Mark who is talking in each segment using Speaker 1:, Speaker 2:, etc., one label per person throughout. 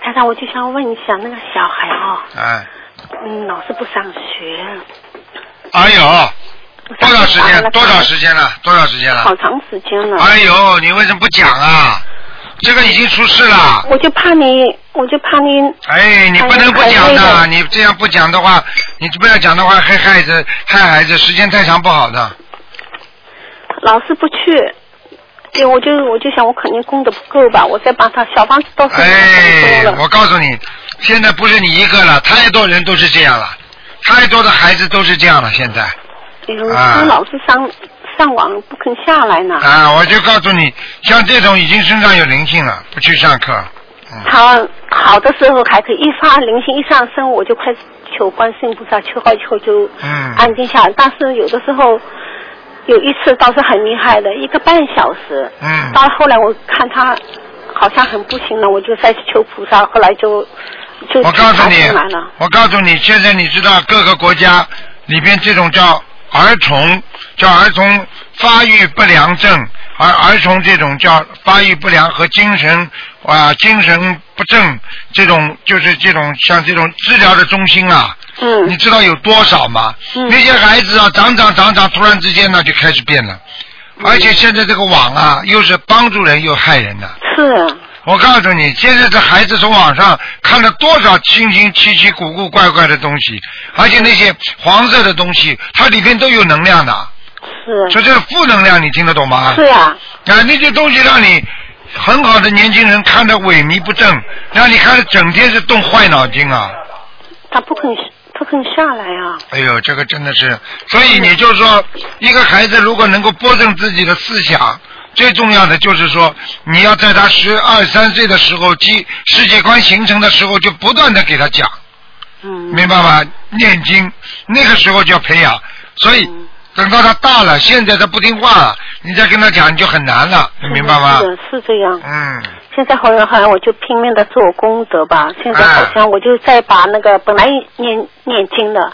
Speaker 1: 台长，我就想问一下那个小孩啊、
Speaker 2: 哎，
Speaker 1: 嗯，老是不上学，
Speaker 2: 哎呦，多少时
Speaker 1: 上了
Speaker 2: 间？多少时间了？多少时间了
Speaker 1: 好？长时间了。
Speaker 2: 哎呦，你为什么不讲啊？这个已经出事了。
Speaker 1: 我就怕你，我就怕你，
Speaker 2: 哎，你不能不讲
Speaker 1: 哎
Speaker 2: 的，
Speaker 1: 哎
Speaker 2: 你这样不讲的话，你不要讲的话，害孩子，害孩子，时间太长不 好的。
Speaker 1: 老是不去。对，我就我就想，我肯定供的不够吧，我再把他小房子到时候
Speaker 2: 哎
Speaker 1: 供多，了。
Speaker 2: 我告诉你，现在不是你一个了，太多人都是这样了，太多的孩子都是这样了，现在。
Speaker 1: 有
Speaker 2: 啊
Speaker 1: 哎他老是上上网不肯下来呢，
Speaker 2: 啊，我就告诉你，像这种已经身上有灵性了，不去上课。嗯，
Speaker 1: 他好的时候还可以，一发灵性一上升，我就开始求观世音菩萨，求好以后就
Speaker 2: 嗯
Speaker 1: 安静下来。但是有的时候，有一次倒是很厉害的，一个半小时。
Speaker 2: 嗯
Speaker 1: 到后来我看他好像很不行了，我就再去求菩萨，后来就就
Speaker 2: 我告诉你
Speaker 1: 查出来了。，
Speaker 2: 我告诉你，现在你知道各个国家里边这种叫儿童，叫儿童发育不良症，而儿童这种叫发育不良和精神啊、精神不正这种，就是这种像这种治疗的中心啊，你
Speaker 1: 嗯
Speaker 2: 知道有多少吗？
Speaker 1: 嗯
Speaker 2: 那些孩子啊，长长长长，突然之间呢就开始变了，
Speaker 1: 嗯
Speaker 2: 而且现在这个网啊，又是帮助人又害人的、
Speaker 1: 是
Speaker 2: 我告诉你，现在这孩子从网上看了多少新新奇奇古古怪怪的东西，而且那些黄色的东西，它里边都有能量的，
Speaker 1: 是
Speaker 2: 所以这是负能量，你听得懂
Speaker 1: 嗯
Speaker 2: 吗？
Speaker 1: 是呀、
Speaker 2: 啊，那些东西让你很好的年轻人看得萎靡不振，让你看着整天是动坏脑筋啊。
Speaker 1: 他不肯不肯下来啊。
Speaker 2: 哎呦，这个真的是，所以你就说，一个孩子如果能够拨正自己的思想，最重要的就是说，你要在他十二三岁的时候，基世界观形成的时候，就不断的给他讲，
Speaker 1: 嗯，
Speaker 2: 明白吗？念经，那个时候就要培养。所以
Speaker 1: 嗯
Speaker 2: 等到他大了，现在他不听话了，你再跟他讲，你就很难了，你明白吗
Speaker 1: 是？的，是这样。
Speaker 2: 嗯，
Speaker 1: 现在好像好像我就拼命的做功德吧，现在好像我就在把那个本来念念经的，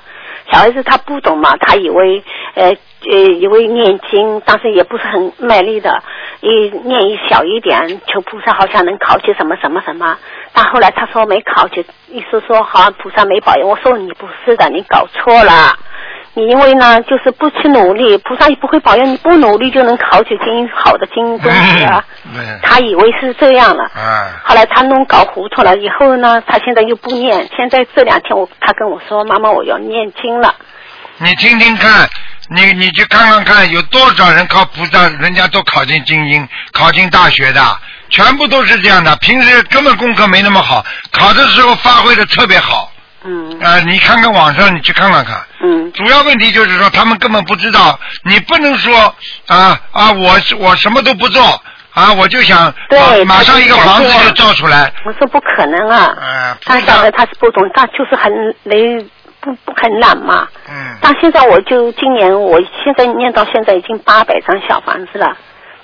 Speaker 1: 小孩子他不懂嘛，他以为呃呃以为念经，但是也不是很卖力的，一念一小一点，求菩萨好像能考起什么什么什么，但后来他说没考起，意思说好像菩萨没保佑，我说你不是的，你搞错了。你因为呢，就是不去努力，菩萨也不会保佑你，不努力就能考取经好的经东西 啊。
Speaker 2: 嗯对，
Speaker 1: 他以为是这样了，
Speaker 2: 啊，
Speaker 1: 后来他弄搞糊涂了。以后呢，他现在又不念。现在这两天我他跟我说，妈妈我要念经了。
Speaker 2: 你听听看，你你去看看看，有多少人靠菩萨，人家都考进精英，考进大学的，全部都是这样的。平时根本功课没那么好，考的时候发挥的特别好。
Speaker 1: 嗯
Speaker 2: 啊、你看看网上，你去看看看。
Speaker 1: 嗯
Speaker 2: 主要问题就是说，他们根本不知道，你不能说啊啊，我我什么都不做啊，我就想
Speaker 1: 对
Speaker 2: 马
Speaker 1: 他
Speaker 2: 马上一个
Speaker 1: 就想
Speaker 2: 房子
Speaker 1: 这样
Speaker 2: 就造出来。
Speaker 1: 我说不可能啊，
Speaker 2: 呃，
Speaker 1: 他
Speaker 2: 菩萨
Speaker 1: 小的他是不懂，他就是很累，不不很懒嘛。
Speaker 2: 嗯，
Speaker 1: 但现在我就今年，我现在念到现在已经八百张小房子了。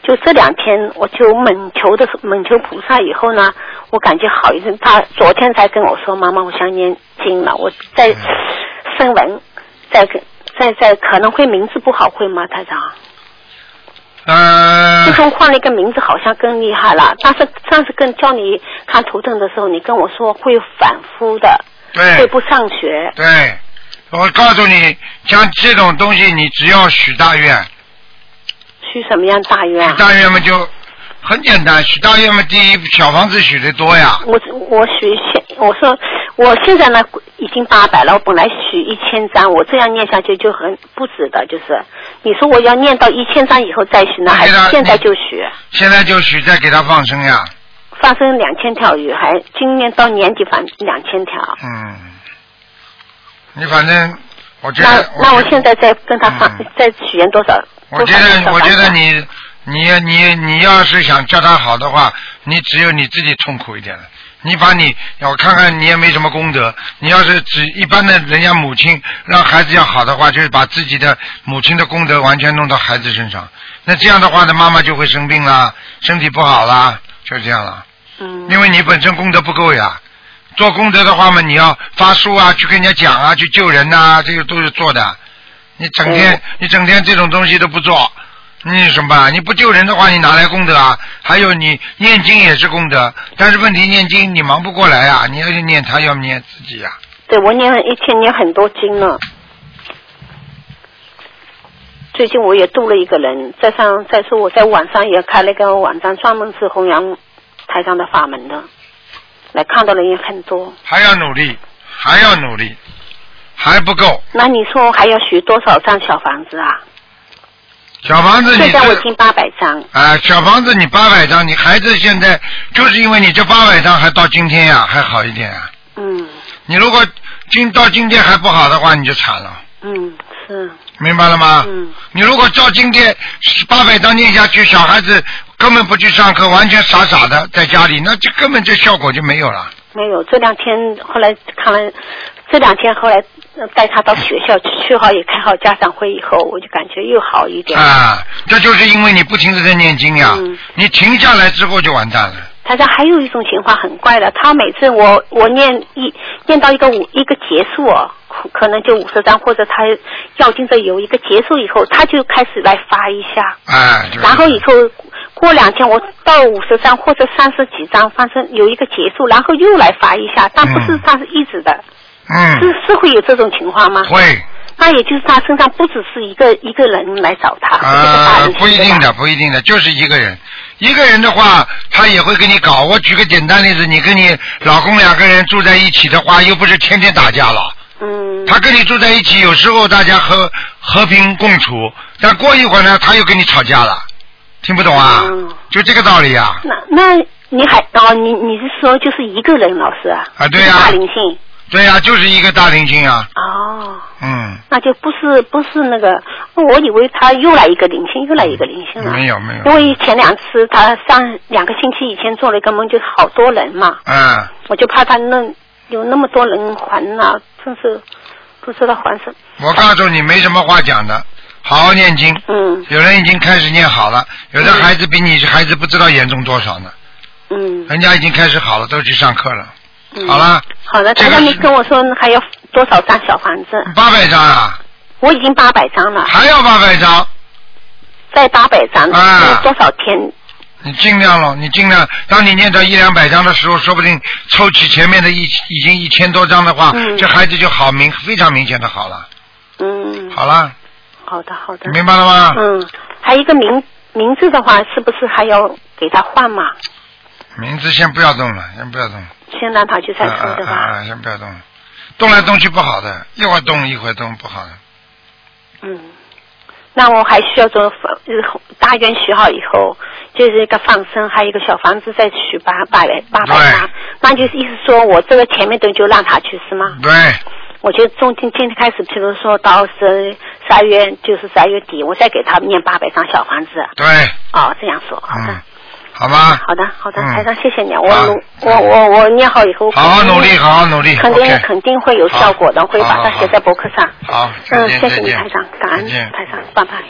Speaker 1: 就这两天，我就猛求的猛求菩萨以后呢，我感觉好一点。他昨天才跟我说，妈妈，我想念经了，我在声闻，在跟在在可能会名字不好会吗，台长？
Speaker 2: 呃嗯
Speaker 1: 自，从换了一个名字，好像更厉害了。但是上次跟叫你看图腾的时候，你跟我说会反复的，
Speaker 2: 对。
Speaker 1: 会不上学。
Speaker 2: 对，我告诉你，像这种东西，你只要许大愿，
Speaker 1: 许什么样大愿
Speaker 2: 许
Speaker 1: 啊？
Speaker 2: 大愿嘛就很简单，许大愿嘛，第一小房子许的多呀，
Speaker 1: 我我许现我说我现在呢已经八百了，我本来许一千张，我这样念下去就很不止的，就是你说我要念到一千张以后再许呢，还
Speaker 2: 对的啊
Speaker 1: 是现在
Speaker 2: 你
Speaker 1: 就许？
Speaker 2: 现在就许再给他放生呀，
Speaker 1: 发生两千条鱼，还今年到年底反两千条。
Speaker 2: 嗯，你反正我觉
Speaker 1: 那
Speaker 2: 得，
Speaker 1: 那我
Speaker 2: 觉得
Speaker 1: 现在再跟他放、
Speaker 2: 嗯
Speaker 1: 再许愿多少？
Speaker 2: 我觉
Speaker 1: 多少
Speaker 2: 得
Speaker 1: 条
Speaker 2: 我觉得
Speaker 1: 吧
Speaker 2: 你你你你要是想叫他好的话，你只有你自己痛苦一点了。你把你，我看看你也没什么功德。你要是只一般的人家母亲让孩子要好的话，就是把自己的母亲的功德完全弄到孩子身上。那这样的话呢，妈妈就会生病啦，身体不好啦，就这样了。
Speaker 1: 嗯
Speaker 2: 因为你本身功德不够呀。做功德的话嘛，你要发书啊，去跟人家讲啊，
Speaker 1: 哦
Speaker 2: 去救人呐、这个都是做的。你整天、你整天这种东西都不做，你什么办？你不救人的话，你哪来功德啊？还有你念经也是功德，但是问题念经你忙不过来啊，你要去念他，要念自己啊呀、
Speaker 1: 对我念一天念很多经了。最近我也度了一个人，再上再说我在网上也开了一个网站，专门是弘扬台上的法门的，来看的人也很多。
Speaker 2: 还要努力，还要努力，还不够。
Speaker 1: 那你说还要许多少张小房子啊？
Speaker 2: 小房子你
Speaker 1: 现在
Speaker 2: 这
Speaker 1: 我已经八百张，
Speaker 2: 啊，小房子你八百张，你孩子现在就是因为你这八百张还到今天呀、还好一点啊。
Speaker 1: 嗯
Speaker 2: 你如果今到今天还不好的话，你就惨了，
Speaker 1: 嗯是
Speaker 2: 明白了吗？
Speaker 1: 嗯
Speaker 2: 你如果照今天八百张念下去，小孩子根本不去上课，完全傻傻的在家里，那就根本这效果就没有了。
Speaker 1: 没有。这两天后来看了，这两天后来呃带他到学校去，去好也开好家长会以后，我就感觉又好一点。
Speaker 2: 啊，这就是因为你不停的在念经呀、
Speaker 1: 嗯
Speaker 2: 你停下来之后就完蛋了。
Speaker 1: 他说还有一种情况很怪的，他每次我我念一念到一个五一个结束哦，可可能就五十张，或者他要经者有一个结束以后，他就开始来发一下，
Speaker 2: 哎，就是、
Speaker 1: 然后以后过两天我到五十张或者三十几张，反正有一个结束，然后又来发一下，但不是
Speaker 2: 嗯
Speaker 1: 他是一直的，是
Speaker 2: 嗯，
Speaker 1: 是会有这种情况吗？
Speaker 2: 会
Speaker 1: 那也就是他身上不只是一个一个人来找他，是这个大
Speaker 2: 啊
Speaker 1: 人，
Speaker 2: 不一定
Speaker 1: 对吧
Speaker 2: 的，不一定的，就是一个人。一个人的话，他也会跟你搞。我举个简单例子，你跟你老公两个人住在一起的话，又不是天天打架了。
Speaker 1: 嗯，
Speaker 2: 他跟你住在一起，有时候大家和和平共处，但过一会儿呢，他又跟你吵架了。听不懂啊
Speaker 1: 嗯？
Speaker 2: 就这个道理啊。
Speaker 1: 那那你还哦，你你是说就是一个人，老师啊？
Speaker 2: 啊对呀
Speaker 1: 一个大灵性
Speaker 2: 对呀、就是一个大灵性啊。
Speaker 1: 哦，
Speaker 2: 嗯，
Speaker 1: 那就不是不是那个，我以为他又来一个灵性，又来一个灵性了。
Speaker 2: 没有没有。
Speaker 1: 因为前两次他上两个星期以前做了一个梦，就是好多人嘛，
Speaker 2: 嗯。
Speaker 1: 我就怕他那有那么多人还呐、真是不知道还什么。
Speaker 2: 我告诉你，没什么话讲的，好好念经。
Speaker 1: 嗯
Speaker 2: 有人已经开始念好了，有的孩子比你孩子不知道严重多少呢。
Speaker 1: 嗯
Speaker 2: 人家已经开始好了，都去上课了。
Speaker 1: 嗯。
Speaker 2: 哎好。了，
Speaker 1: 好的，
Speaker 2: 这个
Speaker 1: 他刚你
Speaker 2: 是
Speaker 1: 跟我说还要多少张小房子？
Speaker 2: 八百张啊，
Speaker 1: 我已经八百张了，
Speaker 2: 还要八百张，
Speaker 1: 再八百张，
Speaker 2: 啊
Speaker 1: 有多少天？
Speaker 2: 你尽量了，你尽量。当你念到一两百张的时候，说不定凑齐前面的一已经一千多张的话，
Speaker 1: 嗯
Speaker 2: 这孩子就好明非常明显的好了。
Speaker 1: 嗯，
Speaker 2: 好了，
Speaker 1: 好的，好的。
Speaker 2: 明白了吗？
Speaker 1: 嗯，还有一个名名字的话，是不是还要给他换嘛？
Speaker 2: 名字先不要动了，先不要动。
Speaker 1: 先让他去
Speaker 2: 啊
Speaker 1: 才出
Speaker 2: 啊
Speaker 1: 对
Speaker 2: 啊！
Speaker 1: 吧？
Speaker 2: 啊先不要动，动来动去不好的，一会儿动一会儿动不好的。
Speaker 1: 嗯。那我还需要做日后大愿许好以后，就是一个放生，还有一个小房子再许八八百八百八
Speaker 2: 对，
Speaker 1: 那就是意思说我这个前面的就让他去是吗？
Speaker 2: 对，
Speaker 1: 我觉得从今今天开始，譬如说到十十二月，就是十二月底，我再给他念八百张小房子。
Speaker 2: 对，
Speaker 1: 哦，这样说，好的。
Speaker 2: 嗯，好吧，
Speaker 1: 好的，好的，
Speaker 2: 嗯
Speaker 1: 台长，谢谢你，我
Speaker 2: 啊
Speaker 1: 努，我我我念好以后，
Speaker 2: 好好努
Speaker 1: 嗯
Speaker 2: 力，好好努力
Speaker 1: 肯定
Speaker 2: ，OK，
Speaker 1: 肯定会有效果的，
Speaker 2: 好
Speaker 1: 会把它写在博客上。
Speaker 2: 好，再
Speaker 1: 嗯，
Speaker 2: 见
Speaker 1: 谢谢
Speaker 2: 再
Speaker 1: 你，
Speaker 2: 见
Speaker 1: 台长，感恩
Speaker 2: 再见
Speaker 1: 台长，拜拜。